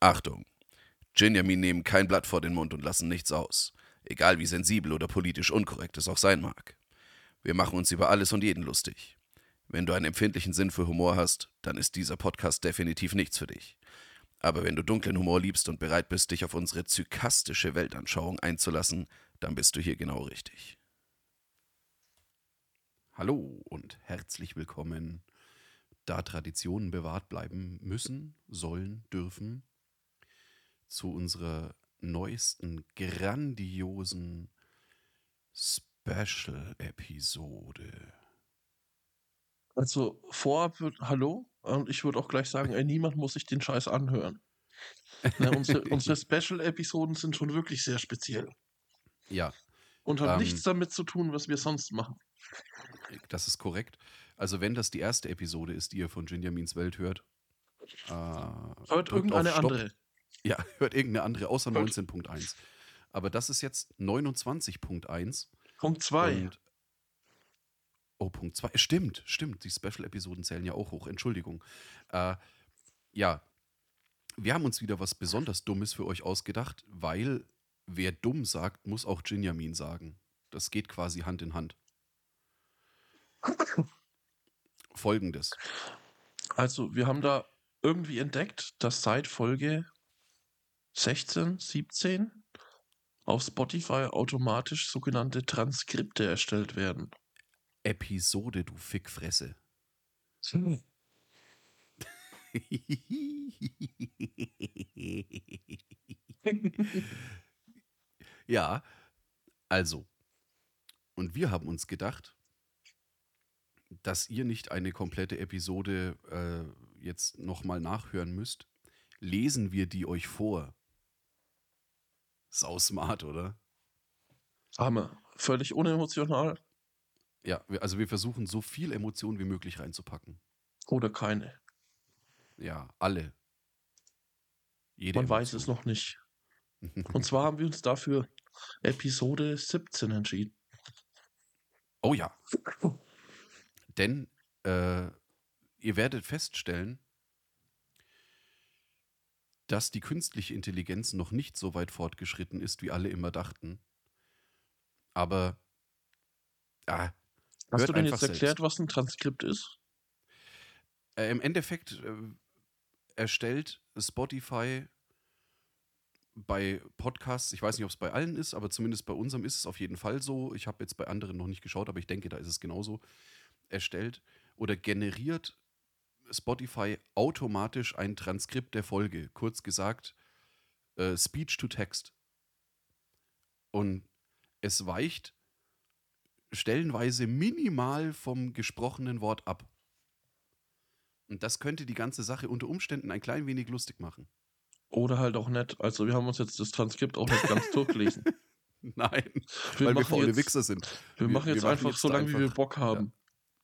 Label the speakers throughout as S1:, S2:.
S1: Achtung! Ginjamin nehmen kein Blatt vor den Mund und lassen nichts aus. Egal wie sensibel oder politisch unkorrekt es auch sein mag. Wir machen uns über alles und jeden lustig. Wenn du einen empfindlichen Sinn für Humor hast, dann ist dieser Podcast definitiv nichts für dich. Aber wenn du dunklen Humor liebst und bereit bist, dich auf unsere zykastische Weltanschauung einzulassen, dann bist du hier genau richtig.
S2: Hallo und herzlich willkommen. Da Traditionen bewahrt bleiben müssen, sollen, dürfen, zu unserer neuesten grandiosen Special-Episode.
S3: Also vorab wird Hallo und ich würde auch gleich sagen, ey, niemand muss sich den Scheiß anhören. Ne, unsere unsere Special-Episoden sind schon wirklich sehr speziell
S2: Ja,
S3: und haben
S2: Ähm.
S3: nichts damit zu tun, was wir sonst machen.
S2: das ist korrekt. Also, wenn das die erste Episode ist, die ihr von Jinjamins Welt hört, äh,
S3: Hört
S2: drückt
S3: irgendeine
S2: auf Stopp.
S3: andere.
S2: Ja, hört irgendeine andere, außer
S3: Hört-
S2: 19.1. Aber das ist jetzt 29.1.
S3: Punkt 2.
S2: Und- Oh, Punkt 2. Stimmt, stimmt. Die Special-Episoden zählen ja auch hoch. Entschuldigung. Äh, ja, wir haben uns wieder was besonders Dummes für euch ausgedacht, weil wer dumm sagt, muss auch Jinjamin sagen. Das geht quasi Hand in Hand. Folgendes.
S3: Also, wir haben da irgendwie entdeckt, dass seit Folge 16, 17 auf Spotify automatisch sogenannte Transkripte erstellt werden.
S2: Episode, du Fickfresse. ja, also. Und wir haben uns gedacht, dass ihr nicht eine komplette Episode äh, jetzt nochmal nachhören müsst. Lesen wir die euch vor. Sau smart, oder?
S3: Hammer. Völlig unemotional
S2: Ja, wir, also wir versuchen so viel Emotion wie möglich reinzupacken.
S3: oder keine.
S2: Ja, alle. Jede Mhm.
S3: Man weiß es noch nicht.
S2: noch.
S3: Und zwar haben wir uns dafür Episode 17 entschieden.
S2: Oh ja. Denn äh, ihr werdet feststellen, dass die künstliche Intelligenz noch nicht so weit fortgeschritten ist, wie alle immer dachten. Aber ah,
S3: Hast
S2: Hört
S3: du denn
S2: einfach
S3: jetzt erklärt, was ein Transkript ist?
S2: äh, im Endeffekt äh, erstellt Spotify bei Podcasts, ich weiß nicht, ob es bei allen ist, aber zumindest bei unserem ist es auf jeden Fall so. Ich habe jetzt bei anderen noch nicht geschaut, aber ich denke, da ist es genauso. Erstellt oder generiert Spotify automatisch ein Transkript der Folge. Kurz gesagt, äh, Speech to Text. Und es weicht stellenweise minimal vom gesprochenen Wort ab. Und das könnte die ganze Sache unter Umständen ein klein wenig lustig machen.
S3: Oder halt auch nicht. Also wir haben uns jetzt das Transkript auch nicht ganz durchgelesen.
S2: Nein,
S3: Wir
S2: weil wir
S3: machen
S2: faule
S3: jetzt,
S2: Wichser sind.
S3: wir machen
S2: wir
S3: jetzt
S2: machen
S3: einfach
S2: jetzt
S3: so
S2: da
S3: lange, wie wir
S2: einfach-
S3: Bock haben.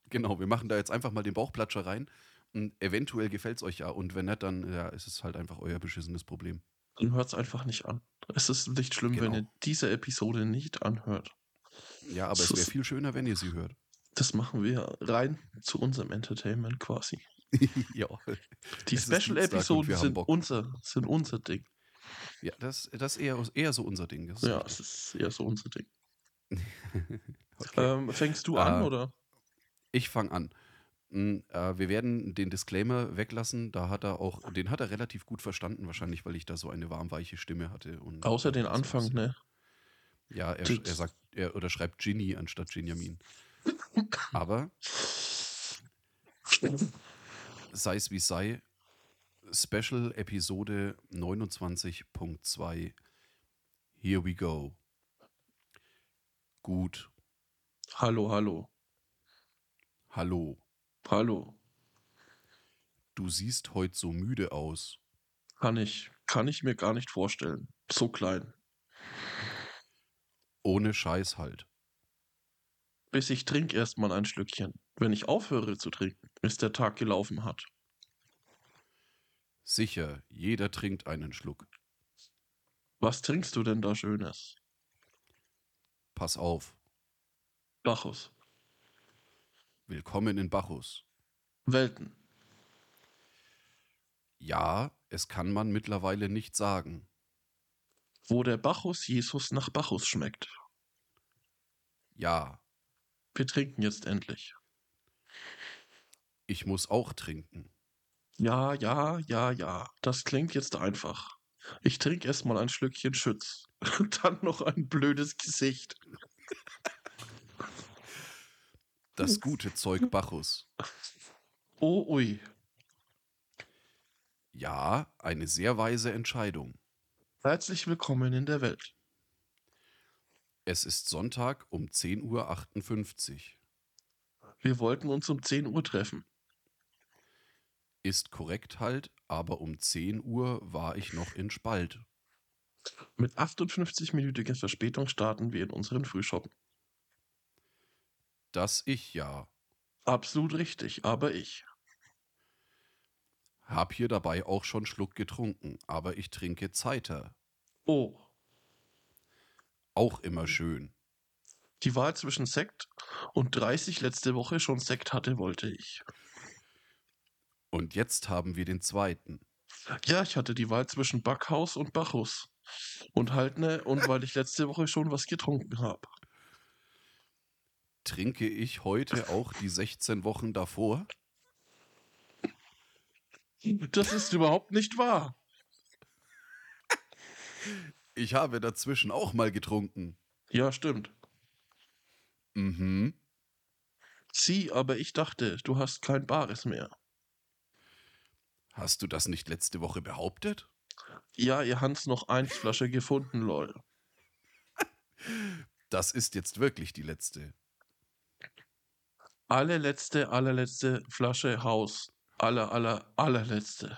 S2: Genau, wir machen da jetzt einfach mal den Bauchplatscher rein. Und eventuell gefällt es euch ja. Und wenn nicht, dann ja, ist es halt einfach euer beschissenes Problem.
S3: Dann hört es einfach nicht an. Es ist nicht schlimm, wenn
S2: Genau.
S3: ihr diese Episode nicht anhört.
S2: Ja, aber
S3: Das
S2: es wäre
S3: ist-
S2: viel schöner, wenn ihr sie hört.
S3: Das machen wir rein zu unserem Entertainment quasi.
S2: ja.
S3: Die
S2: Es ist Dienstag und wir
S3: Special-Episoden
S2: haben
S3: sind
S2: Bock.
S3: unser, sind unser Ding.
S2: ja, das, das ist eher, eher so unser Ding. Das ist
S3: Ja, es
S2: richtig.
S3: ist eher so unser Ding.
S2: okay.
S3: Ähm, fängst du an,
S2: Ah.
S3: oder?
S2: Ich fange an. Mm, äh, wir werden den Disclaimer weglassen. Da hat er auch, den hat er relativ gut verstanden, wahrscheinlich, weil ich da so eine warmweiche Stimme hatte. Und
S3: Außer den
S2: das
S3: Anfang,
S2: ist-
S3: ne?
S2: Ja, er,
S3: Du-
S2: er sagt, er oder schreibt Ginny anstatt Ginjamin. Aber sei es wie es sei, Special Episode 29.2. Here we go. Gut,
S3: Hallo, hallo,
S2: hallo.
S3: hallo.
S2: Du siehst heute so müde aus.
S3: Kann ich, kann ich mir gar nicht vorstellen. So klein.
S2: Ohne Scheiß halt.
S3: Bis ich trinke erstmal ein Schlückchen. Wenn ich aufhöre zu trinken, ist der Tag gelaufen hat.
S2: Sicher, jeder trinkt einen Schluck.
S3: Was trinkst du denn da Schönes?
S2: Pass auf.
S3: Bacchus.
S2: Willkommen in Bacchus.
S3: Welten.
S2: Ja, Es kann man mittlerweile nicht sagen.
S3: Wo der Bacchus Jesus nach Bacchus schmeckt.
S2: Ja,
S3: Wir trinken jetzt endlich.
S2: ich muss auch trinken.
S3: Ja, ja, ja, ja. Das klingt jetzt einfach. Ich trinke erstmal ein Schlückchen Schütz. Dann noch ein blödes Gesicht.
S2: Das gute Zeug Bacchus.
S3: Oh, ui.
S2: Ja, eine sehr weise Entscheidung.
S3: Herzlich willkommen in der Welt.
S2: Es ist Sonntag um 10.58 Uhr.
S3: Wir wollten uns um 10 Uhr treffen.
S2: Ist korrekt halt, aber um 10 Uhr war ich noch in Spalt.
S3: Mit 58-minütiger Verspätung starten wir in unseren Frühschoppen.
S2: Das ich ja.
S3: Absolut richtig, aber ich.
S2: Hab hier dabei auch schon Schluck getrunken, aber ich trinke Zeiter.
S3: Oh,
S2: Auch immer schön.
S3: die Wahl zwischen Sekt und 30 letzte Woche schon Sekt hatte, wollte ich.
S2: Und jetzt haben wir den zweiten.
S3: Ja, ich hatte die Wahl zwischen Backhaus und Bacchus. Und halt ne, und weil ich letzte Woche schon was getrunken habe.
S2: Trinke ich heute auch die 16 Wochen davor?
S3: Das ist überhaupt nicht wahr.
S2: Ich habe dazwischen auch mal getrunken.
S3: Ja, stimmt.
S2: Mhm.
S3: Sie, aber ich dachte, du hast kein Bares mehr.
S2: Hast du das nicht letzte Woche behauptet?
S3: Ja, ihr Hans noch eins Flasche gefunden, lol.
S2: Das ist jetzt wirklich die letzte.
S3: Allerletzte, allerletzte Flasche Haus. Aller, aller, allerletzte.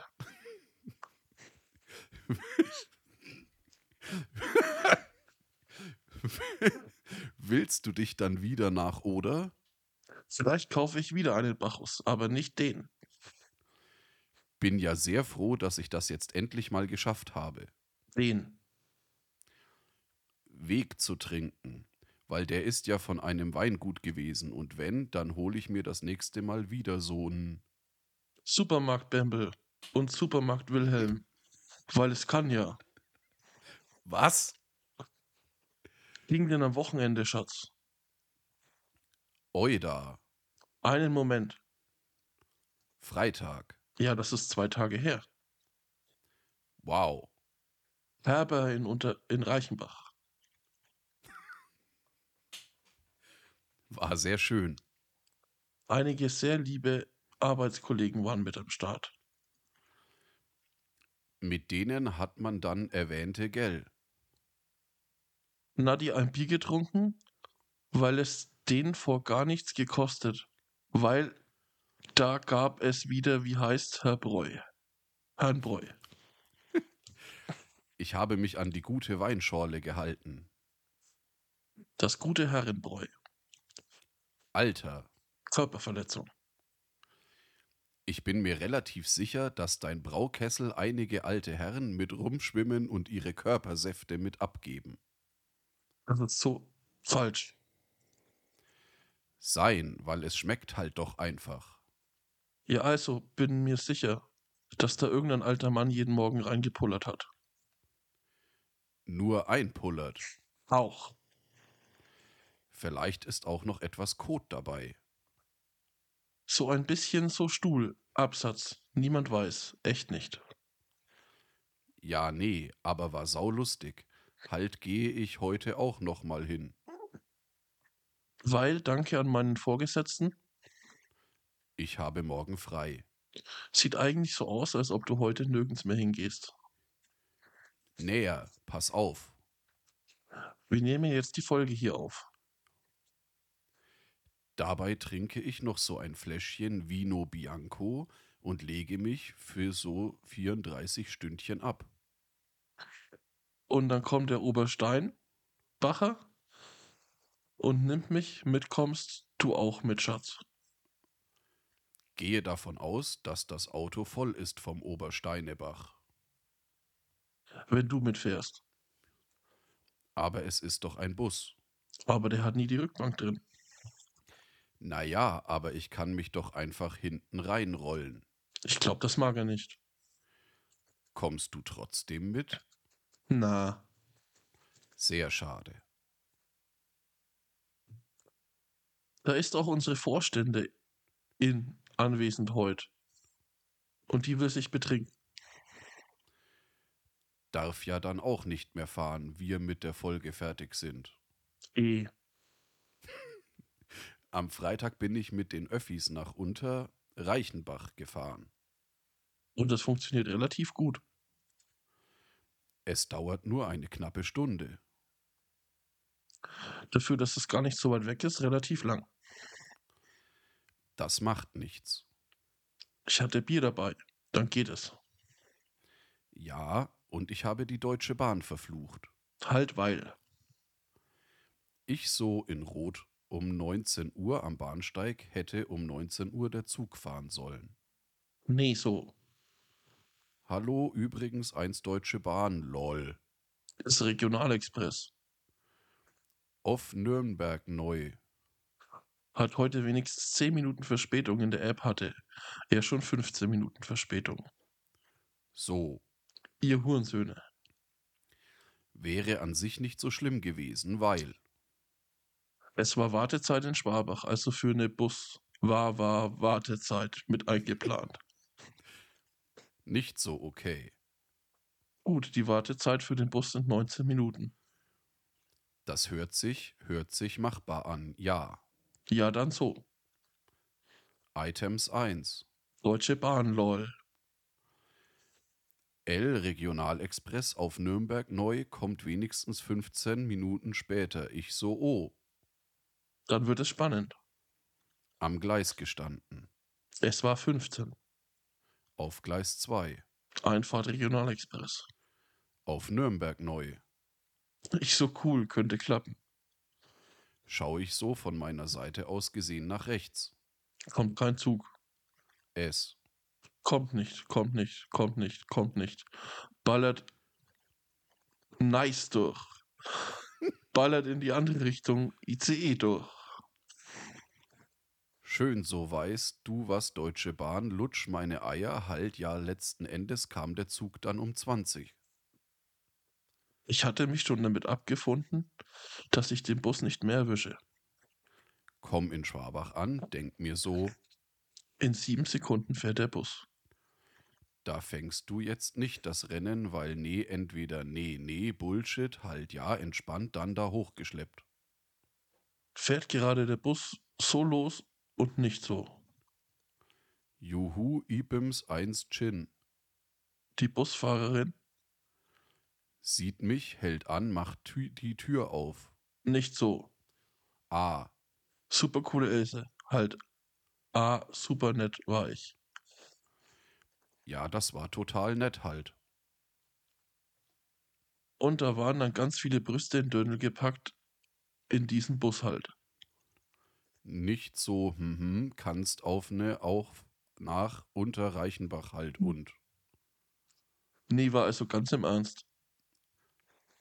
S2: Willst du dich dann wieder nach oder?
S3: Vielleicht kaufe ich wieder einen Bacchus, aber nicht den.
S2: Bin ja sehr froh, dass ich das jetzt endlich mal geschafft habe.
S3: Den.
S2: Weg zu trinken, weil der ist ja von einem Weingut gewesen und wenn, dann hole ich mir das nächste Mal wieder so einen.
S3: Supermarkt Bembel und Supermarkt Wilhelm. Weil es kann ja.
S2: Was?
S3: Ging denn am Wochenende, Schatz?
S2: Euda,
S3: Einen Moment.
S2: Freitag.
S3: Ja, das ist zwei Tage her.
S2: Wow.
S3: Herber in, unter, in Reichenbach.
S2: War sehr schön.
S3: Einige sehr liebe Arbeitskollegen waren mit am Start.
S2: Mit denen hat man dann erwähnte Gell.
S3: Nadi ein Bier getrunken, weil es den vor gar nichts gekostet. Weil da gab es wieder, wie heißt Herr Breu? Herrn Breu.
S2: Ich habe mich an die gute Weinschorle gehalten.
S3: Das gute Herrenbräu.
S2: Alter,
S3: Körperverletzung.
S2: ich bin mir relativ sicher, dass dein Braukessel einige alte Herren mit rumschwimmen und ihre Körpersäfte mit abgeben.
S3: Das ist so falsch.
S2: Sein, weil es schmeckt halt doch einfach.
S3: Ja, also bin mir sicher, dass da irgendein alter Mann jeden Morgen reingepullert hat.
S2: Nur einpullert.
S3: Auch.
S2: Vielleicht ist auch noch etwas Kot dabei.
S3: So ein bisschen so Stuhl, Absatz. Niemand weiß. Echt nicht.
S2: Ja, nee, aber war saulustig. Halt gehe ich heute auch noch mal hin.
S3: Weil, danke an meinen Vorgesetzten,
S2: Ich habe morgen frei.
S3: sieht eigentlich so aus, als ob du heute nirgends mehr hingehst.
S2: Näher, pass auf.
S3: Wir nehmen jetzt die Folge hier auf.
S2: Dabei trinke ich noch so ein Fläschchen Vino Bianco und lege mich für so 34 Stündchen ab.
S3: Und dann kommt der Obersteinbacher und nimmt mich, mitkommst du auch mit, Schatz.
S2: Gehe davon aus, dass das Auto voll ist vom Obersteinebach.
S3: Wenn du mitfährst.
S2: Aber es ist doch ein Bus.
S3: Aber der hat nie die Rückbank drin.
S2: Naja, aber ich kann mich doch einfach hinten reinrollen.
S3: Ich glaube, das mag er nicht.
S2: Kommst du trotzdem mit?
S3: Na,
S2: Sehr schade.
S3: da ist auch unsere Vorstände in anwesend heute. Und die will sich betrinken.
S2: Darf ja dann auch nicht mehr fahren, wir mit der Folge fertig sind.
S3: Eh.
S2: Am Freitag bin ich mit den Öffis nach Unterreichenbach gefahren.
S3: Und das funktioniert relativ gut.
S2: Es dauert nur eine knappe Stunde.
S3: Dafür, dass es gar nicht so weit weg ist, relativ lang.
S2: Das macht nichts.
S3: Ich hatte Bier dabei. Dann geht es.
S2: Ja, und ich habe die Deutsche Bahn verflucht.
S3: Halt, weil.
S2: Ich so in Rot um 19 Uhr am Bahnsteig hätte um 19 Uhr der Zug fahren sollen.
S3: Nee, so.
S2: Hallo, übrigens eins Deutsche Bahn, lol.
S3: Ist Regionalexpress.
S2: Off Nürnberg neu.
S3: Hat heute wenigstens 10 Minuten Verspätung in der App hatte. Er schon 15 Minuten Verspätung.
S2: So.
S3: Ihr Hurensöhne.
S2: Wäre an sich nicht so schlimm gewesen, weil.
S3: Es war Wartezeit in Schwabach, also für eine Bus war, war Wartezeit mit eingeplant.
S2: Nicht so okay.
S3: Gut, die Wartezeit für den Bus sind 19 Minuten.
S2: Das hört sich, hört sich machbar an, ja.
S3: Ja, dann so.
S2: Items 1.
S3: Deutsche Bahn, lol.
S2: L Regionalexpress auf Nürnberg neu kommt wenigstens 15 Minuten später. Ich so, oh,
S3: Dann wird es spannend.
S2: am Gleis gestanden.
S3: Es war 15.
S2: Auf Gleis 2.
S3: Einfahrt Regionalexpress.
S2: Auf Nürnberg neu.
S3: Ich so cool, könnte klappen.
S2: Schaue ich so von meiner Seite aus gesehen nach rechts.
S3: Kommt kein Zug.
S2: S.
S3: Kommt nicht, kommt nicht, kommt nicht, kommt nicht. Ballert nice durch. Ballert in die andere Richtung ICE durch.
S2: Schön so weißt du was, Deutsche Bahn, lutsch meine Eier, halt ja, letzten Endes kam der Zug dann um 20.
S3: Ich hatte mich schon damit abgefunden, dass ich den Bus nicht mehr erwische.
S2: Komm in Schwabach an, denk mir so,
S3: In sieben Sekunden fährt der Bus.
S2: Da fängst du jetzt nicht das Rennen, weil nee, entweder nee, nee, Bullshit, halt ja, entspannt, dann da hochgeschleppt.
S3: Fährt gerade der Bus so los und nicht so.
S2: Juhu, Ibims 1 Chin.
S3: Die Busfahrerin
S2: Sieht mich, hält an, macht tü die Tür auf.
S3: nicht so.
S2: Ah,
S3: Super coole Ilse. Halt. Ah, super nett war ich.
S2: ja, das war total nett halt.
S3: Und da waren dann ganz viele Brüste in Dödel gepackt in diesen Bus halt.
S2: Nicht so, hm, hm, kannst auf ne, auch nach unter Reichenbach halt und.
S3: Nee, war also ganz im Ernst.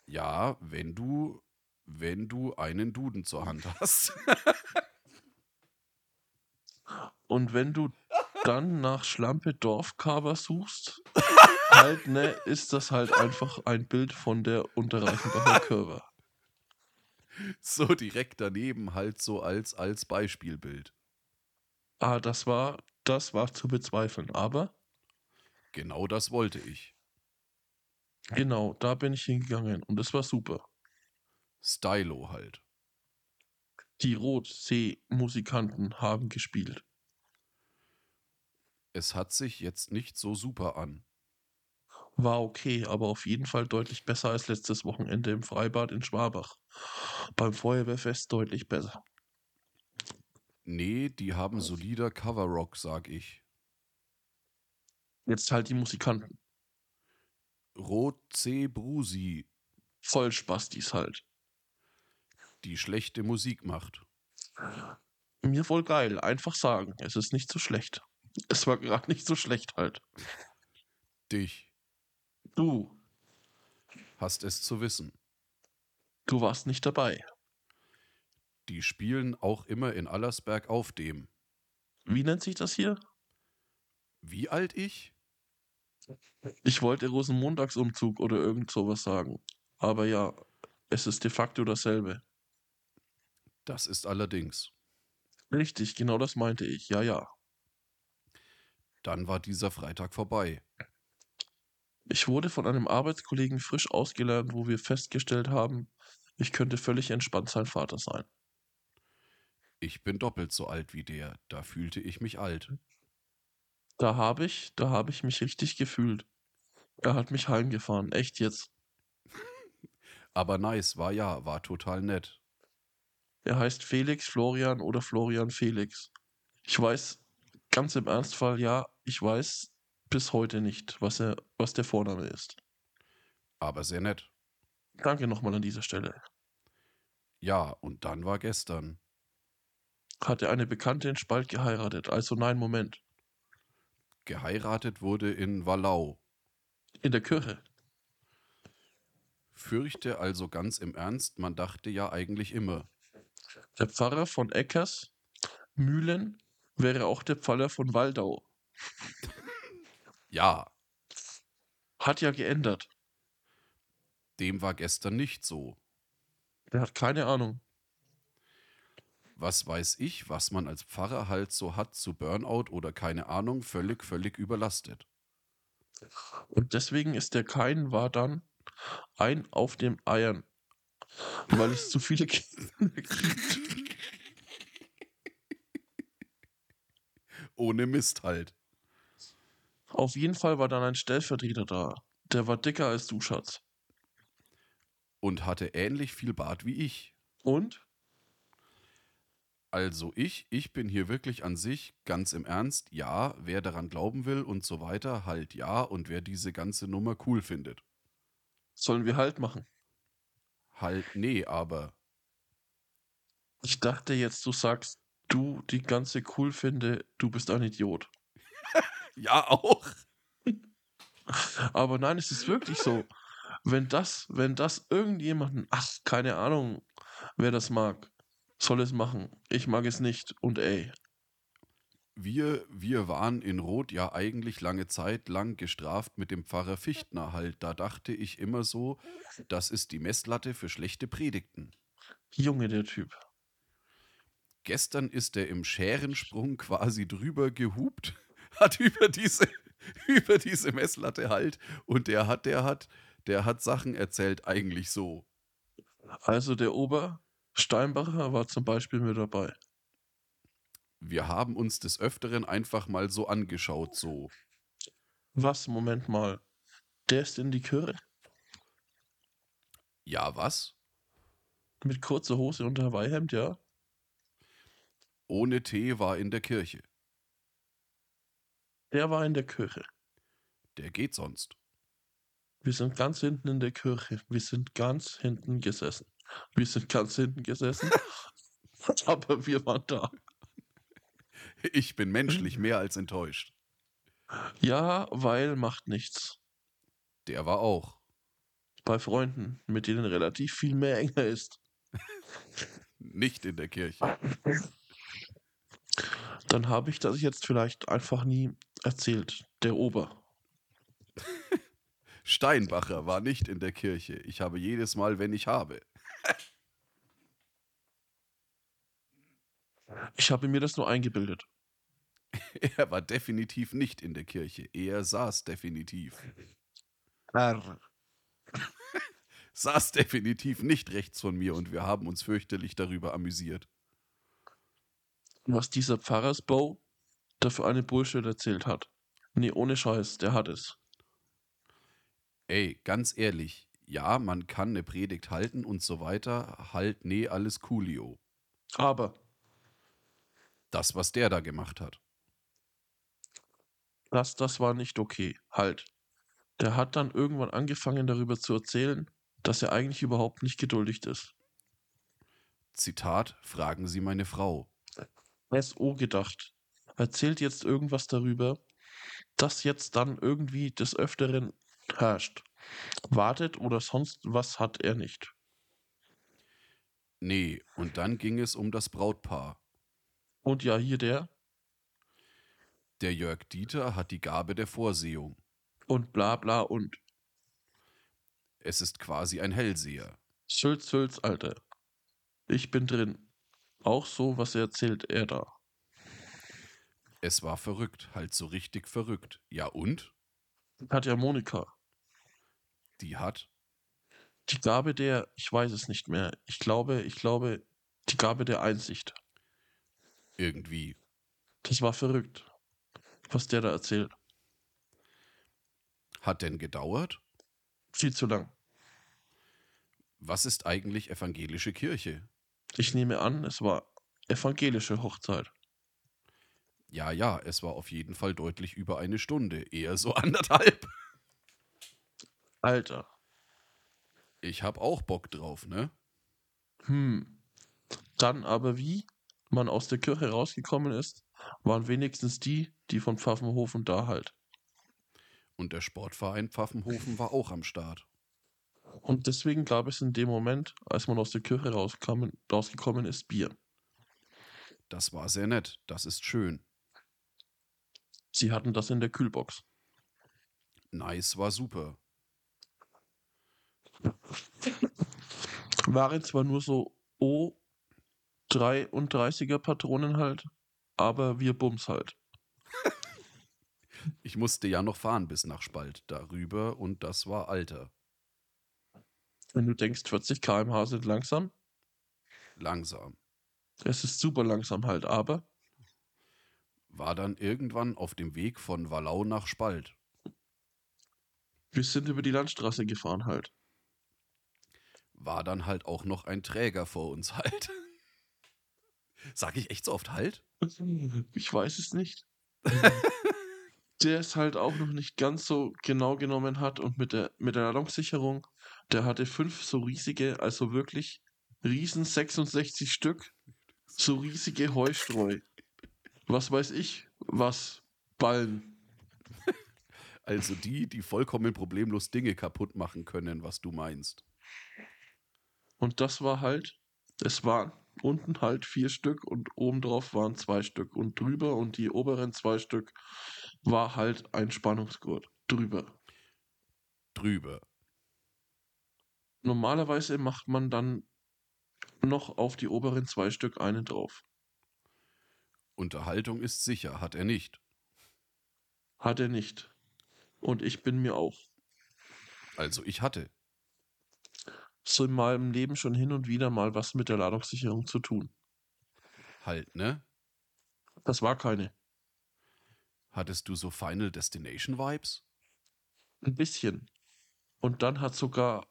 S2: Ja, wenn du, wenn du einen Duden zur Hand hast.
S3: Und wenn du dann nach Schlampe Dorfcover suchst, halt, ne, ist das halt einfach ein Bild von der Unterreichenbacher Körper.
S2: so direkt daneben halt so als, als Beispielbild.
S3: Ah, das war, das war zu bezweifeln. Aber
S2: Genau das wollte ich.
S3: genau, da bin ich hingegangen und es war super.
S2: Stylo halt.
S3: Die Rotsee-Musikanten haben gespielt.
S2: Es hat sich jetzt nicht so super an.
S3: War okay, aber auf jeden Fall deutlich besser als letztes Wochenende im Freibad in Schwabach. Beim Feuerwehrfest deutlich besser.
S2: Nee, die haben solider Coverrock, sag ich.
S3: Jetzt halt die Musikanten.
S2: Rot C. Brusi,
S3: Voll Spastis halt.
S2: die schlechte Musik macht.
S3: Mir voll geil. Einfach sagen. Es ist nicht so schlecht. Es war gerade nicht so schlecht halt.
S2: Dich
S3: Du,
S2: hast es zu wissen.
S3: du warst nicht dabei.
S2: Die spielen auch immer in Allersberg auf dem.
S3: Wie nennt sich das hier?
S2: Wie alt ich?
S3: Ich wollte Rosenmontagsumzug oder irgend sowas sagen. Aber ja, es ist de facto dasselbe.
S2: Das ist allerdings.
S3: Richtig, genau das meinte ich. Ja, ja.
S2: Dann war dieser Freitag vorbei.
S3: Ich wurde von einem Arbeitskollegen frisch ausgelernt, wo wir festgestellt haben, ich könnte völlig entspannt sein Vater sein.
S2: Ich bin doppelt so alt wie der. Da fühlte ich mich alt.
S3: Da habe ich, da habe ich mich richtig gefühlt. Er hat mich heimgefahren, echt jetzt.
S2: Aber nice, war ja, war total nett.
S3: Er heißt Felix Florian oder Florian Felix. Ich weiß, ganz im Ernstfall, ja, ich weiß bis heute nicht, was, er, was der Vorname ist.
S2: Aber sehr nett.
S3: Danke nochmal an dieser Stelle.
S2: Ja, und dann war gestern.
S3: Hat er eine Bekannte in Spalt geheiratet? Also nein, Moment.
S2: Geheiratet wurde in Wallau.
S3: In der Kirche.
S2: Fürchte also ganz im Ernst, man dachte ja eigentlich immer.
S3: Der Pfarrer von Eckers, Mühlen, wäre auch der Pfarrer von Waldau.
S2: Ja,
S3: Hat ja geändert.
S2: dem war gestern nicht so.
S3: Der hat keine Ahnung.
S2: Was weiß ich, was man als Pfarrer halt so hat zu Burnout oder keine Ahnung, völlig, völlig überlastet.
S3: Und deswegen ist der Kein war dann ein auf dem Eiern. Weil es zu viele Kinder gibt.
S2: Ohne Mist halt.
S3: Auf jeden Fall war dann ein Stellvertreter da. Der war dicker als du, Schatz.
S2: Und hatte ähnlich viel Bart wie ich.
S3: Und?
S2: Also ich, ich bin hier wirklich an sich ganz im Ernst, ja, wer daran glauben will und so weiter, halt ja, und wer diese ganze Nummer cool findet.
S3: Sollen wir halt machen?
S2: Halt nee, aber
S3: Ich dachte jetzt, du sagst, du die ganze cool finde, du bist ein Idiot.
S2: ja auch.
S3: Aber nein, es ist wirklich so. Wenn das, wenn das irgendjemanden, ach, keine Ahnung, wer das mag, soll es machen. Ich mag es nicht. Und ey,
S2: Wir, wir waren in Rot ja eigentlich lange Zeit lang gestraft mit dem Pfarrer Fichtner halt. Da dachte ich immer so, das ist die Messlatte für schlechte Predigten.
S3: Junge, der Typ.
S2: Gestern ist er im Scherensprung quasi drüber gehupt, hat über diese, über diese Messlatte halt und der hat, der hat, der hat Sachen erzählt, eigentlich so.
S3: Also der Ober Steinbacher war zum Beispiel mit dabei.
S2: Wir haben uns des Öfteren einfach mal so angeschaut, so.
S3: Was, Moment mal. Der ist in die Kirche
S2: Ja, was?
S3: mit kurzer Hose und Hawaii-Hemd, ja?
S2: Ohne Tee war in der Kirche.
S3: Der war in der Kirche.
S2: Der geht sonst.
S3: Wir sind ganz hinten in der Kirche. Wir sind ganz hinten gesessen. Wir sind ganz hinten gesessen. aber wir waren da.
S2: Ich bin menschlich mehr als enttäuscht.
S3: Ja, weil macht nichts.
S2: Der war auch.
S3: Bei Freunden, mit denen relativ viel mehr enger ist.
S2: Nicht in der Kirche.
S3: Dann habe ich das jetzt vielleicht einfach nie erzählt. Der Ober.
S2: Steinbacher war nicht in der Kirche. Ich habe jedes Mal, wenn ich habe.
S3: Ich habe mir das nur eingebildet.
S2: Er war definitiv nicht in der Kirche. Er saß definitiv. Saß definitiv nicht rechts von mir und wir haben uns fürchterlich darüber amüsiert.
S3: Was dieser Pfarrersbau dafür eine Bullshit erzählt hat. Nee, ohne Scheiß, der hat es.
S2: Ey, ganz ehrlich, ja, man kann eine Predigt halten und so weiter. Halt, nee, alles coolio.
S3: Aber
S2: Das, was der da gemacht hat.
S3: das, das war nicht okay. Halt. Der hat dann irgendwann angefangen darüber zu erzählen, dass er eigentlich überhaupt nicht geduldig ist.
S2: Zitat, fragen Sie meine Frau.
S3: SO gedacht. Erzählt jetzt irgendwas darüber, das jetzt dann irgendwie des Öfteren herrscht. Wartet oder sonst was hat er nicht.
S2: Nee, und dann ging es um das Brautpaar.
S3: Und ja, hier der.
S2: Der Jörg Dieter hat die Gabe der Vorsehung.
S3: und bla bla und
S2: Es ist quasi ein Hellseher.
S3: Sülz, Sülz, Alter. Ich bin drin. Auch so, was erzählt er da?
S2: Es war verrückt, halt so richtig verrückt. Ja und?
S3: Hat ja Monika.
S2: Die hat.
S3: Die Gabe der, ich weiß es nicht mehr. Ich glaube, ich glaube, die Gabe der Einsicht.
S2: Irgendwie.
S3: Das war verrückt, was der da erzählt.
S2: Hat denn gedauert?
S3: Viel zu lang.
S2: Was ist eigentlich evangelische Kirche?
S3: Ich nehme an, es war evangelische Hochzeit.
S2: Ja, ja, es war auf jeden Fall deutlich über eine Stunde, eher so anderthalb.
S3: Alter.
S2: Ich hab auch Bock drauf, ne?
S3: Hm. Dann aber wie man aus der Kirche rausgekommen ist, waren wenigstens die, die von Pfaffenhofen da halt.
S2: Und der Sportverein Pfaffenhofen war auch am Start.
S3: Und deswegen gab es in dem Moment, als man aus der Kirche rauskam, rausgekommen ist, Bier.
S2: Das war sehr nett, das ist schön.
S3: Sie hatten das in der Kühlbox.
S2: Nice war super.
S3: Waren zwar nur so O33er Patronen halt, aber wir Bums halt.
S2: Ich musste ja noch fahren bis nach Spalt darüber und das war Alter.
S3: Wenn du denkst, 40 km/h sind langsam,
S2: Langsam.
S3: es ist super langsam halt, aber
S2: War dann irgendwann auf dem Weg von Wallau nach Spalt.
S3: wir sind über die Landstraße gefahren halt.
S2: War dann halt auch noch ein Träger vor uns halt. Sag ich echt so oft halt?
S3: Ich weiß es nicht. der es halt auch noch nicht ganz so genau genommen hat und mit der, mit der Ladungssicherung, der hatte fünf so riesige, also wirklich riesen 66 Stück, so riesige Heustreu. Was weiß ich, was Ballen.
S2: Also die, die vollkommen problemlos Dinge kaputt machen können, was du meinst.
S3: Und das war halt, es waren unten halt vier Stück und obendrauf waren zwei Stück. Und drüber und die oberen zwei Stück war halt ein Spannungsgurt. Drüber.
S2: Drüber.
S3: Normalerweise macht man dann noch auf die oberen zwei Stück einen drauf.
S2: Unterhaltung ist sicher, hat er nicht.
S3: Hat er nicht. Und ich bin mir auch
S2: Also ich hatte.
S3: so in meinem Leben schon hin und wieder mal was mit der Ladungssicherung zu tun.
S2: Halt, ne?
S3: Das war keine.
S2: Hattest du so Final Destination Vibes?
S3: Ein bisschen. Und dann hat sogar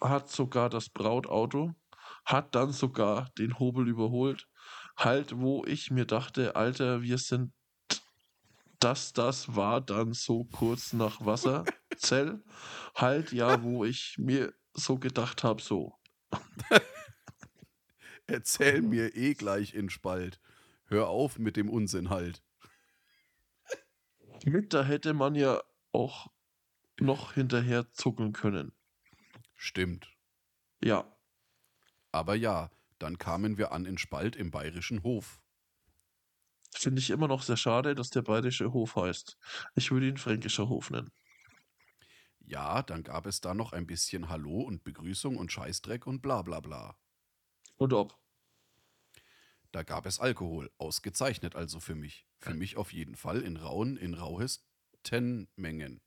S3: hat sogar das Brautauto hat dann sogar den Hobel überholt. Halt, wo ich mir dachte, Alter, wir sind das, das war dann so kurz nach Wasserzell. halt, ja, wo ich mir so gedacht habe, so.
S2: Erzähl mir eh gleich in Spalt. Hör auf mit dem Unsinn halt.
S3: Mit, da hätte man ja auch noch hinterher zuckeln können.
S2: Stimmt.
S3: Ja,
S2: Aber ja, dann kamen wir an in Spalt im bayerischen Hof.
S3: finde ich immer noch sehr schade, dass der bayerische Hof heißt. Ich würde ihn fränkischer Hof nennen.
S2: Ja, dann gab es da noch ein bisschen Hallo und Begrüßung und Scheißdreck und bla bla bla.
S3: Und ob.
S2: Da gab es Alkohol, ausgezeichnet also für mich. Für mich auf jeden Fall in rauen, in rauhesten Mengen.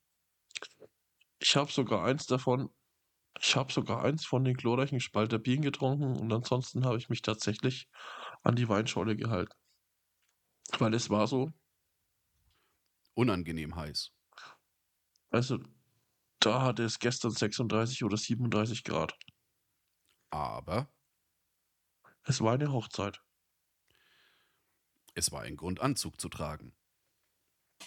S3: Ich habe sogar eins davon, ich habe sogar eins von den glorreichen Spalter Bieren getrunken und ansonsten habe ich mich tatsächlich an die Weinschorle gehalten. Weil es war so,
S2: Unangenehm heiß.
S3: also da hatte es gestern 36 oder 37 Grad.
S2: Aber
S3: Es war eine Hochzeit.
S2: es war ein Grund, Anzug zu tragen.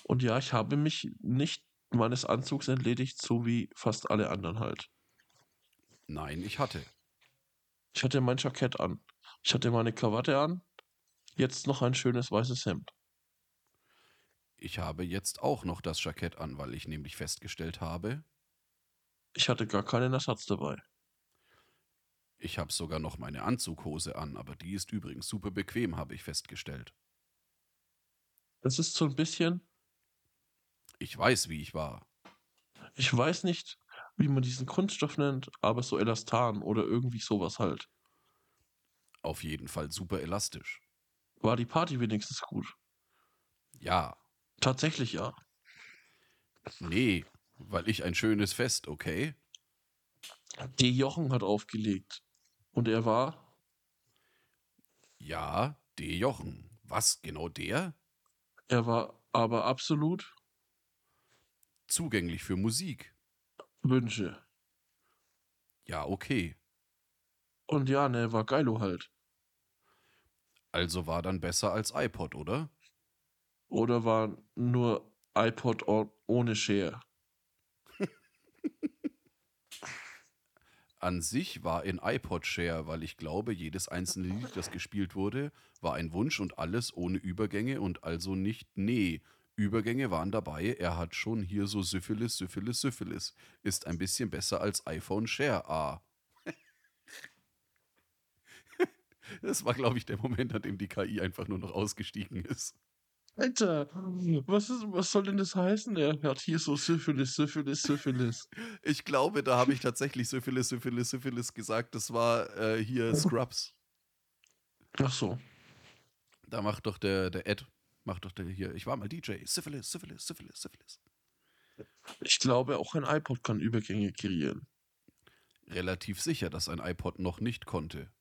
S3: Und ja, ich habe mich nicht meines Anzugs entledigt, so wie fast alle anderen halt.
S2: Nein, ich hatte.
S3: Ich hatte mein Jackett an. Ich hatte meine Krawatte an. Jetzt noch ein schönes weißes Hemd.
S2: Ich habe jetzt auch noch das Jackett an, weil ich nämlich festgestellt habe,
S3: Ich hatte gar keinen Ersatz dabei.
S2: ich habe sogar noch meine Anzughose an, aber die ist übrigens super bequem, habe ich festgestellt.
S3: Das ist so ein bisschen,
S2: Ich weiß, wie ich war.
S3: Ich weiß nicht, wie man diesen Kunststoff nennt, aber so Elastan oder irgendwie sowas halt.
S2: Auf jeden Fall super elastisch.
S3: War die Party wenigstens gut?
S2: Ja,
S3: Tatsächlich ja.
S2: nee, weil ich ein schönes Fest, okay?
S3: D. Jochen hat aufgelegt. Und er war,
S2: Ja, D. Jochen. Was genau der?
S3: er war aber absolut
S2: Zugänglich für Musik.
S3: Wünsche.
S2: Ja, okay.
S3: Und ja, ne, war geilo halt.
S2: Also war dann besser als iPod, oder?
S3: Oder war nur iPod o- ohne Schere.
S2: An sich war in iPod Share, weil ich glaube, jedes einzelne Lied, das gespielt wurde, war ein Wunsch und alles ohne Übergänge und also nicht nee. Übergänge waren dabei, er hat schon hier so Syphilis, Syphilis, Syphilis. Ist ein bisschen besser als iPhone Share A. Das war, glaube ich, der Moment, an dem die KI einfach nur noch ausgestiegen ist.
S3: Alter, was, ist, was soll denn das heißen? Er hat hier so Syphilis, Syphilis, Syphilis.
S2: Ich glaube, da habe ich tatsächlich Syphilis, Syphilis, Syphilis gesagt. Das war äh, hier Scrubs.
S3: Ach so.
S2: Da macht doch der, der Ed, macht doch der hier, ich war mal DJ, Syphilis, Syphilis, Syphilis, Syphilis.
S3: Ich glaube, auch ein iPod kann Übergänge kreieren.
S2: Relativ sicher, dass ein iPod noch nicht konnte.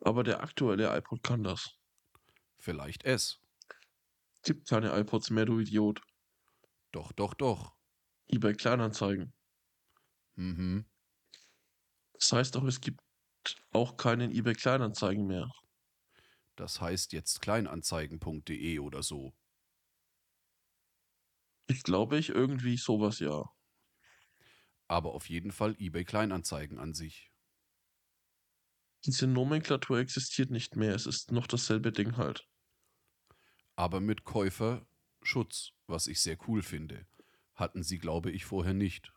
S3: Aber der aktuelle iPod kann das.
S2: Vielleicht es.
S3: Gibt keine iPods mehr, du Idiot.
S2: Doch, doch, doch.
S3: eBay Kleinanzeigen.
S2: Mhm.
S3: Das heißt auch, es gibt auch keinen eBay Kleinanzeigen mehr.
S2: Das heißt jetzt kleinanzeigen.de oder so.
S3: Ich glaube, ich irgendwie sowas ja.
S2: Aber auf jeden Fall eBay Kleinanzeigen an sich.
S3: Diese Nomenklatur existiert nicht mehr. Es ist noch dasselbe Ding halt.
S2: Aber mit Käuferschutz, was ich sehr cool finde. Hatten sie, glaube ich, vorher nicht.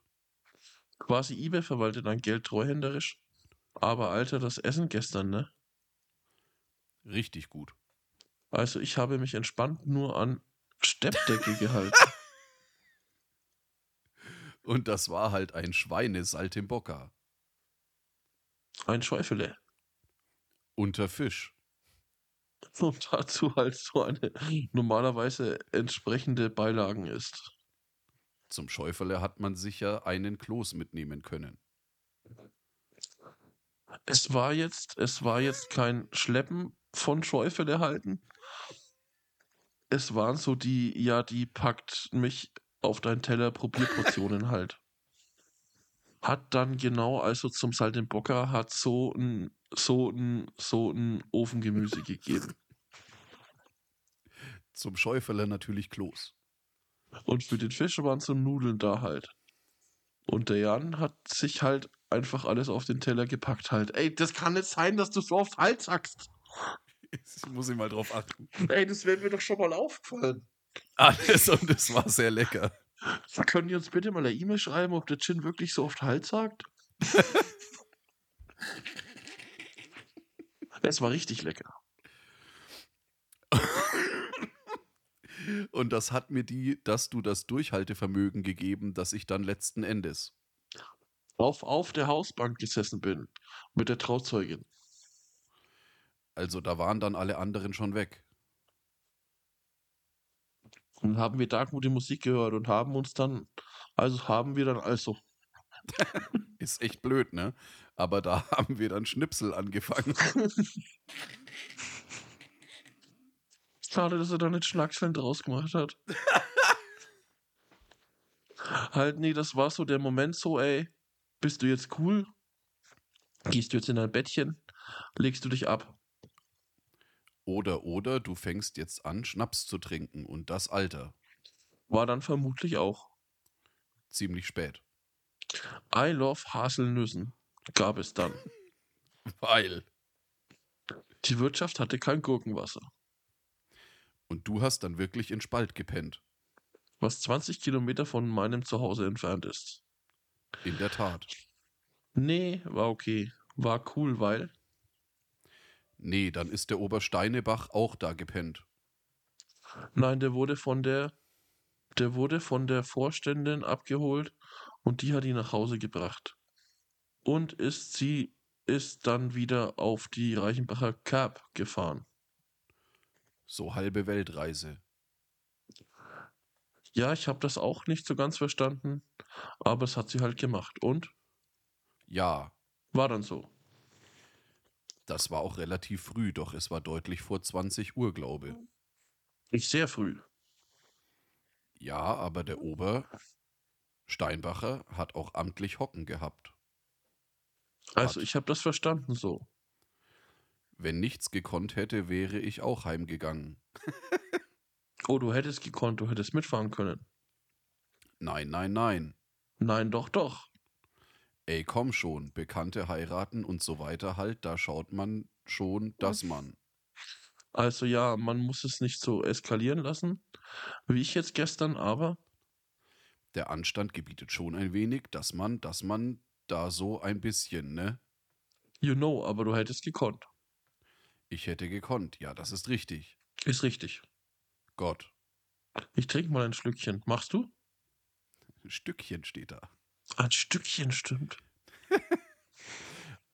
S3: Quasi eBay verwaltet dein Geld treuhänderisch. Aber Alter, das Essen gestern, ne?
S2: Richtig gut.
S3: Also ich habe mich entspannt nur an Steppdecke gehalten.
S2: Und das war halt ein Schweinesaltimbocca.
S3: Ein Schäufele.
S2: Unter Fisch.
S3: Und dazu halt so eine normalerweise entsprechende Beilagen ist.
S2: Zum Schäuferle hat man sicher einen Kloß mitnehmen können.
S3: Es war jetzt, es war jetzt kein Schleppen von Schäufel erhalten. Es waren so die, ja, die packt mich auf deinen Teller Probierportionen halt. Hat dann genau, also zum Saltenbocker hat so ein, so ein, so ein Ofengemüse gegeben.
S2: Zum Schäuferle natürlich Kloß.
S3: Und für den Fisch waren so Nudeln da halt. Und der Jan hat sich halt einfach alles auf den Teller gepackt halt. Ey, das kann nicht sein, dass du so oft halt sagst.
S2: Ich muss ich mal drauf achten.
S3: Ey, das wäre mir doch schon mal aufgefallen.
S2: Alles und es war sehr lecker.
S3: Können die uns bitte mal eine E-Mail schreiben, ob der Chin wirklich so oft Halt sagt? es war richtig lecker.
S2: Und das hat mir die, dass du das Durchhaltevermögen gegeben, dass ich dann letzten Endes.
S3: Auf, auf der Hausbank gesessen bin mit der Trauzeugin.
S2: Also da waren dann alle anderen schon weg.
S3: Und haben wir da gute Musik gehört und haben uns dann, also haben wir dann also,
S2: Ist echt blöd, ne? Aber da haben wir dann Schnipsel angefangen.
S3: schade, dass er da nicht Schnackseln draus gemacht hat. halt, nee, das war so der Moment so, ey, bist du jetzt cool? Gehst du jetzt in dein Bettchen? Legst du dich ab?
S2: Oder, oder, du fängst jetzt an, Schnaps zu trinken und das Alter.
S3: War dann vermutlich auch.
S2: Ziemlich spät.
S3: I love Haselnüssen gab es dann.
S2: Weil.
S3: Die Wirtschaft hatte kein Gurkenwasser,
S2: Und du hast dann wirklich in Spalt gepennt.
S3: was 20 Kilometer von meinem Zuhause entfernt ist.
S2: In der Tat.
S3: Nee, war okay. War cool, weil
S2: Nee, dann ist der Obersteinebach auch da gepennt.
S3: Nein, der wurde von der Der wurde von der Vorständin abgeholt und die hat ihn nach Hause gebracht. Und ist sie ist dann wieder auf die Reichenbacher Cap gefahren.
S2: So halbe Weltreise.
S3: Ja, ich habe das auch nicht so ganz verstanden, aber es hat sie halt gemacht und
S2: Ja,
S3: war dann so.
S2: das war auch relativ früh, doch es war deutlich vor 20 Uhr, glaube
S3: Ich sehr früh.
S2: Ja, aber der Ober Steinbacher hat auch amtlich Hocken gehabt.
S3: Also ich habe das verstanden so.
S2: Wenn nichts gekonnt hätte, wäre ich auch heimgegangen.
S3: Oh, du hättest gekonnt, du hättest mitfahren können.
S2: Nein, nein, nein.
S3: Nein, doch, doch.
S2: Ey, komm schon, Bekannte heiraten und so weiter halt, da schaut man schon, dass man.
S3: Also ja, man muss es nicht so eskalieren lassen, wie ich jetzt gestern, aber
S2: Der Anstand gebietet schon ein wenig, dass man, dass man da so ein bisschen, ne?
S3: you know, aber du hättest gekonnt.
S2: Ich hätte gekonnt. Ja, das ist richtig.
S3: Ist richtig.
S2: Gott.
S3: Ich trinke mal ein Schlückchen. Machst du?
S2: Stückchen steht da.
S3: Ein Stückchen stimmt.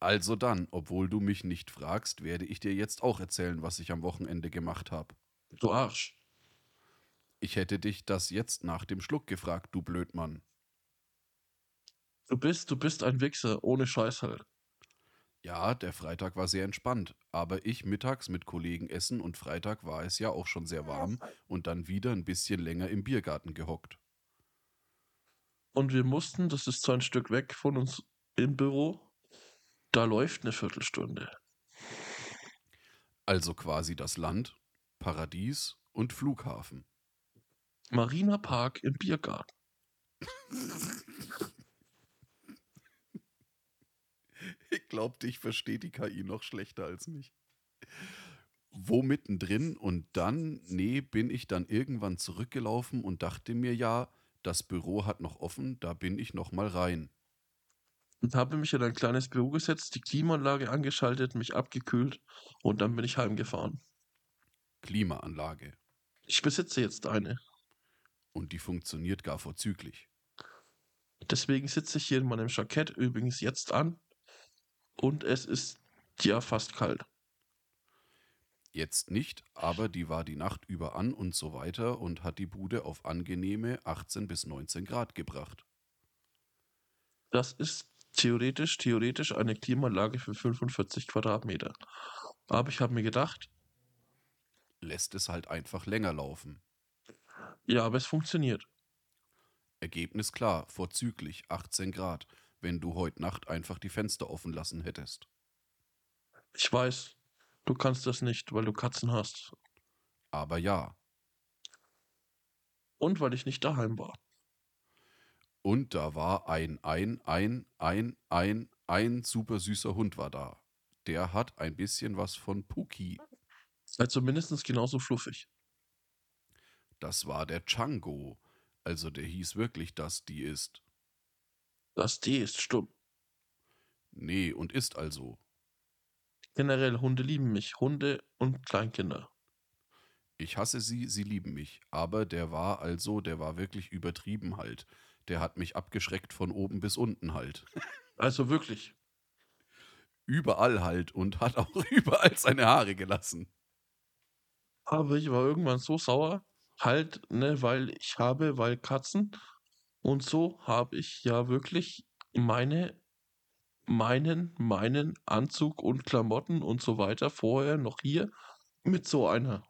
S2: Also dann, obwohl du mich nicht fragst, werde ich dir jetzt auch erzählen, was ich am Wochenende gemacht habe.
S3: Du Arsch.
S2: Ich hätte dich das jetzt nach dem Schluck gefragt, du Blödmann.
S3: Du bist, du bist ein Wichser, ohne Scheiß halt.
S2: Ja, der Freitag war sehr entspannt, aber ich mittags mit Kollegen essen und Freitag war es ja auch schon sehr warm und dann wieder ein bisschen länger im Biergarten gehockt.
S3: Und wir mussten, das ist zwar ein Stück weg von uns im Büro, da läuft eine Viertelstunde.
S2: Also quasi das Land, Paradies und Flughafen.
S3: Marina Park im Biergarten.
S2: Ich glaube, dich versteht die KI noch schlechter als mich. Wo mittendrin und dann, nee, bin ich dann irgendwann zurückgelaufen und dachte mir ja, das Büro hat noch offen, da bin ich noch mal rein.
S3: Und habe mich in ein kleines Büro gesetzt, die Klimaanlage angeschaltet, mich abgekühlt und dann bin ich heimgefahren.
S2: Klimaanlage.
S3: Ich besitze jetzt eine.
S2: Und die funktioniert gar vorzüglich.
S3: Deswegen sitze ich hier in meinem Jackett übrigens jetzt an und es ist ja fast kalt.
S2: Jetzt nicht, aber die war die Nacht über an und so weiter und hat die Bude auf angenehme 18 bis 19 Grad gebracht.
S3: Das ist theoretisch, theoretisch eine Klimaanlage für 45 Quadratmeter. Aber ich habe mir gedacht,
S2: Lässt es halt einfach länger laufen.
S3: ja, aber es funktioniert.
S2: Ergebnis klar, vorzüglich 18 Grad, wenn du heute Nacht einfach die Fenster offen lassen hättest.
S3: Ich weiß, du kannst das nicht, weil du Katzen hast.
S2: Aber ja.
S3: Und weil ich nicht daheim war.
S2: Und da war ein, ein, ein, ein, ein, ein super süßer Hund war da. Der hat ein bisschen was von Puki.
S3: Also mindestens genauso fluffig.
S2: Das war der Chango. Also der hieß wirklich, dass die ist.
S3: Das D ist stumm.
S2: Nee, und ist also.
S3: Generell, Hunde lieben mich. Hunde und Kleinkinder.
S2: Ich hasse sie, sie lieben mich. Aber der war also, der war wirklich übertrieben halt. Der hat mich abgeschreckt von oben bis unten halt.
S3: Also wirklich.
S2: Überall halt und hat auch überall seine Haare gelassen.
S3: Aber ich war irgendwann so sauer, halt, ne, weil ich habe, weil Katzen. Und so habe ich ja wirklich meine, meinen, meinen Anzug und Klamotten und so weiter vorher noch hier mit so einer.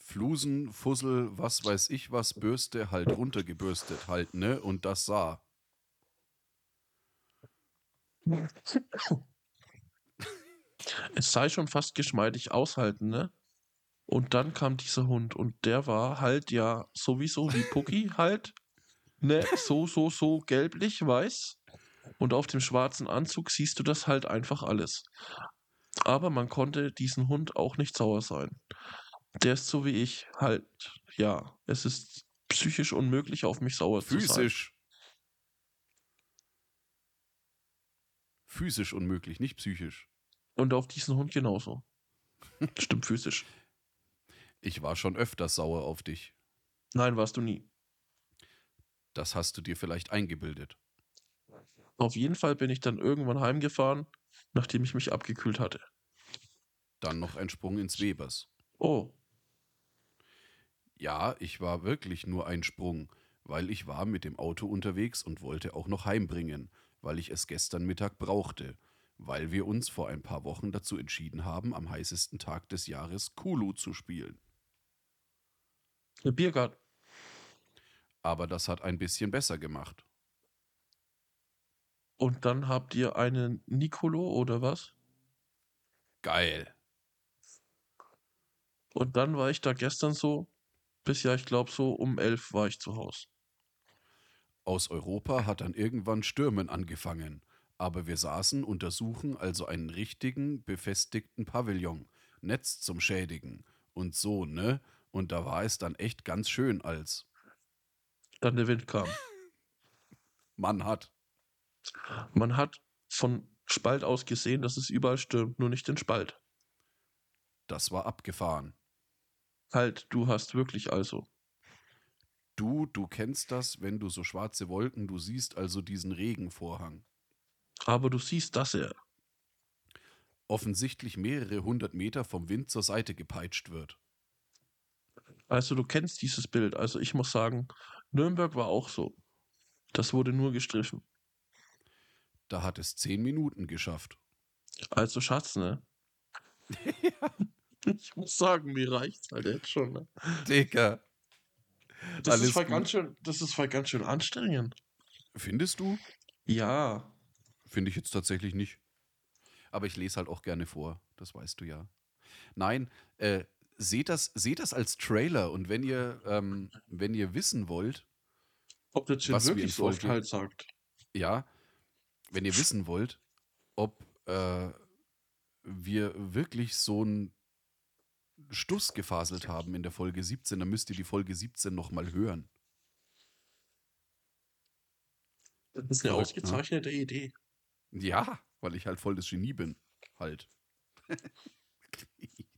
S2: Flusen, Fussel, was weiß ich was, Bürste halt runtergebürstet halt, ne? Und das sah.
S3: Es sei schon fast geschmeidig aushalten, ne? Und dann kam dieser Hund und der war halt ja sowieso wie Pucki halt, ne? So, so, so gelblich-weiß. Und auf dem schwarzen Anzug siehst du das halt einfach alles. Aber man konnte diesen Hund auch nicht sauer sein. Der ist so wie ich halt, ja, es ist psychisch unmöglich, auf mich sauer zu sein.
S2: Physisch. Physisch unmöglich, nicht psychisch.
S3: Und auf diesen Hund genauso. Stimmt, physisch.
S2: Ich war schon öfters sauer auf dich.
S3: Nein, warst du nie.
S2: Das hast du dir vielleicht eingebildet.
S3: Auf jeden Fall bin ich dann irgendwann heimgefahren, nachdem ich mich abgekühlt hatte.
S2: Dann noch ein Sprung ins Webers.
S3: Oh,
S2: Ja, ich war wirklich nur ein Sprung, weil ich war mit dem Auto unterwegs und wollte auch noch heimbringen, weil ich es gestern Mittag brauchte, weil wir uns vor ein paar Wochen dazu entschieden haben, am heißesten Tag des Jahres Kulu zu spielen.
S3: der Biergarten.
S2: Aber das hat ein bisschen besser gemacht.
S3: Und dann habt ihr einen Nicolo oder was?
S2: Geil.
S3: Und dann war ich da gestern so, bis ja, ich glaube, so um elf war ich zu Hause.
S2: Aus Europa hat dann irgendwann Stürmen angefangen, aber wir saßen untersuchen also einen richtigen, befestigten Pavillon, Netz zum Schädigen und so, ne? Und da war es dann echt ganz schön als
S3: Dann der Wind kam.
S2: Mann hat.
S3: Man hat von Spalt aus gesehen, dass es überall stürmt, nur nicht den Spalt.
S2: Das war abgefahren.
S3: Halt, du hast wirklich also.
S2: Du, du kennst das, wenn du so schwarze Wolken, du siehst also diesen Regenvorhang.
S3: Aber du siehst, dass er.
S2: Offensichtlich mehrere hundert Meter vom Wind zur Seite gepeitscht wird.
S3: Also du kennst dieses Bild. Also ich muss sagen, Nürnberg war auch so. Das wurde nur gestrichen.
S2: Da hat es zehn Minuten geschafft.
S3: Also Schatz, ne? Ich muss sagen, mir reicht's halt jetzt schon. Ne?
S1: Dicker.
S3: Das,
S2: Alles
S3: ist voll
S2: gut.
S3: ganz schön, das ist voll ganz schön anstrengend.
S2: Findest du?
S3: Ja,
S2: Finde ich jetzt tatsächlich nicht. Aber ich lese halt auch gerne vor, das weißt du ja. Nein, äh, seht, das, seht das als Trailer und wenn ihr, ähm, wenn ihr wissen wollt,
S3: ob der Chin
S2: Was wir
S3: wirklich
S2: in
S3: so oft
S2: Folge-
S3: halt sagt.
S2: ja, wenn ihr wissen wollt, ob äh, wir wirklich so einen Stuss gefaselt haben in der Folge 17, dann müsst ihr die Folge 17 nochmal hören.
S3: Das ist eine
S2: Verrückt, ne?
S3: ausgezeichnete Idee.
S2: Ja, weil ich halt voll das Genie bin. Halt.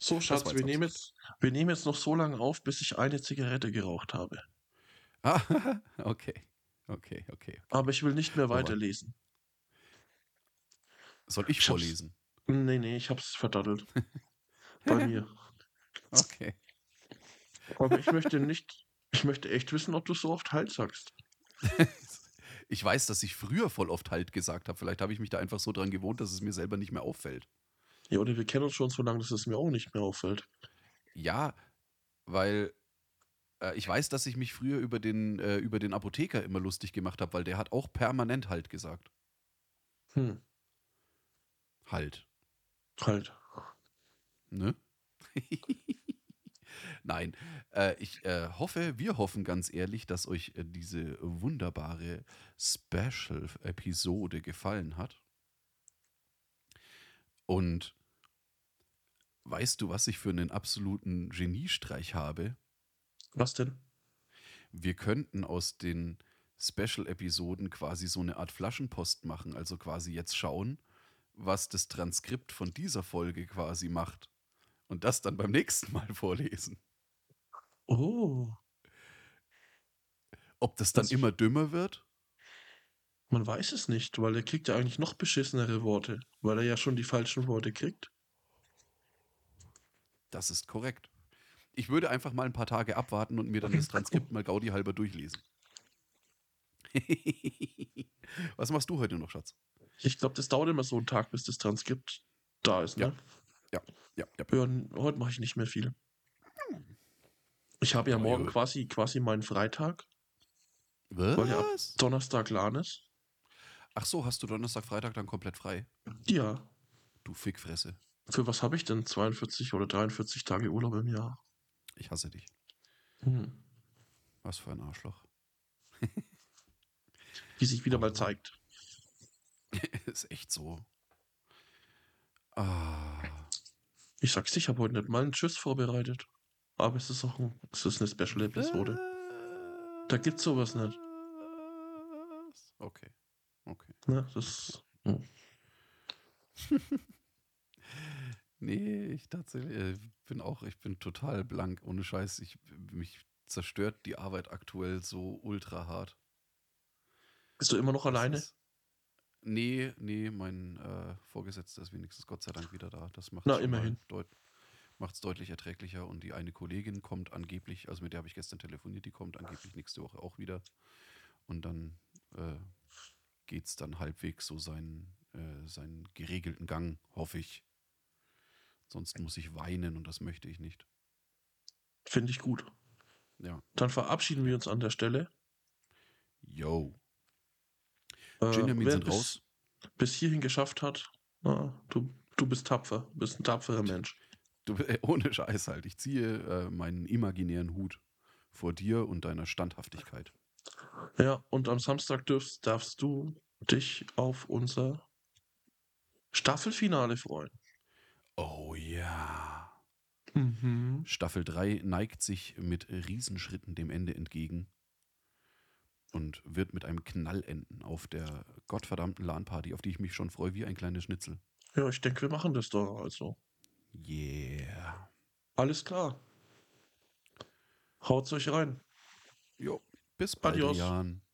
S3: So,
S2: war
S3: Schatz,
S2: jetzt
S3: wir nehmen, jetzt, wir nehmen jetzt noch so lange auf, bis ich eine Zigarette geraucht habe.
S2: Ah, okay. Okay, okay.
S3: Aber ich will nicht mehr
S2: Wobei-
S3: weiterlesen.
S2: Soll ich
S3: Ich hab's-
S2: vorlesen?
S3: Nee, nee, ich hab's verdattelt. Bei mir.
S2: Okay.
S3: Aber ich möchte nicht, ich möchte echt wissen, ob du so oft halt sagst.
S2: Ich weiß, dass ich früher voll oft halt gesagt habe. Vielleicht habe ich mich da einfach so dran gewohnt, dass es mir selber nicht mehr auffällt.
S3: Ja, oder wir kennen uns schon so lange, dass es mir auch nicht mehr auffällt.
S2: Ja, weil äh, ich weiß, dass ich mich früher über den, äh, über den Apotheker immer lustig gemacht habe, weil der hat auch permanent halt gesagt.
S3: Hm,
S2: Halt,
S3: halt.
S2: ne? Nein, äh, ich äh, hoffe, wir hoffen ganz ehrlich, dass euch äh, diese wunderbare Special-Episode gefallen hat. Und weißt du, was ich für einen absoluten Geniestreich habe?
S3: Was denn?
S2: wir könnten aus den Special-Episoden quasi so eine Art Flaschenpost machen, also quasi jetzt schauen, was das Transkript von dieser Folge quasi macht und das dann beim nächsten Mal vorlesen.
S3: Oh,
S2: Ob das dann
S3: Das-
S2: immer dümmer wird?
S3: man weiß es nicht, weil er kriegt ja eigentlich noch beschissenere Worte, weil er ja schon die falschen Worte kriegt.
S2: Das ist korrekt. Ich würde einfach mal ein paar Tage abwarten und mir dann das Transkript mal Gaudi halber durchlesen. was machst du heute noch, Schatz?
S3: Ich glaube, das dauert immer so einen Tag, bis das Transkript da ist, ne?
S2: Ja, ja.
S3: Ja, n- heute mache ich nicht mehr viel. Ich habe ja
S2: Aber
S3: morgen
S2: ja.
S3: quasi, quasi meinen Freitag,
S2: Was?
S3: Donnerstag Lanes.
S2: Ach so, hast du Donnerstag, Freitag dann komplett frei?
S3: Ja,
S2: Du Fickfresse.
S3: für was habe ich denn 42 oder 43 Tage Urlaub im Jahr?
S2: Ich hasse dich.
S3: Hm.
S2: Was für ein Arschloch.
S3: Wie sich wieder mal zeigt.
S2: ist echt so. Ah,
S3: Ich sag's dir, ich habe heute nicht mal einen Tschüss vorbereitet. Aber es ist auch ein, es ist eine Special-Episode. Da gibt's sowas nicht.
S2: Okay. Okay.
S3: Ne? Das,
S2: Nee, ich tatsächlich äh, bin auch, ich bin total blank, ohne Scheiß. Ich mich zerstört die Arbeit aktuell so ultra hart.
S3: Bist du immer noch alleine?
S2: Das ist- Nee, nee, mein äh, Vorgesetzter ist wenigstens Gott sei Dank wieder da. Das macht
S3: Na, immerhin.
S2: Deut macht's deutlich erträglicher. Und die eine Kollegin kommt angeblich, also mit der habe ich gestern telefoniert, die kommt angeblich nächste Woche auch wieder. Und dann äh, geht es dann halbwegs so seinen, äh, seinen geregelten Gang, hoffe ich. Sonst muss ich weinen und das möchte ich nicht.
S3: Finde ich gut.
S2: Ja.
S3: Dann verabschieden wir uns an der Stelle.
S2: Yo.
S3: Äh,
S2: Ginjamin
S3: wer
S2: sind
S3: bis,
S2: raus.
S3: bis hierhin geschafft hat, na, du, du bist tapfer. Bist ein tapferer Mensch.
S2: Du, äh, ohne Scheiß halt. Ich ziehe äh, meinen imaginären Hut vor dir und deiner Standhaftigkeit.
S3: Ja, und am Samstag dürfst, darfst du dich auf unser Staffelfinale freuen.
S2: Oh ja.
S3: Mhm.
S2: Staffel 3 neigt sich mit Riesenschritten dem Ende entgegen und wird mit einem Knall enden auf der gottverdammten LAN-Party, auf die ich mich schon freue wie ein kleines Schnitzel.
S3: Ja, ich denke, wir machen das doch also.
S2: Yeah.
S3: Alles klar. Haut's euch rein.
S2: Jo, bis
S3: Adios.
S2: Adrian.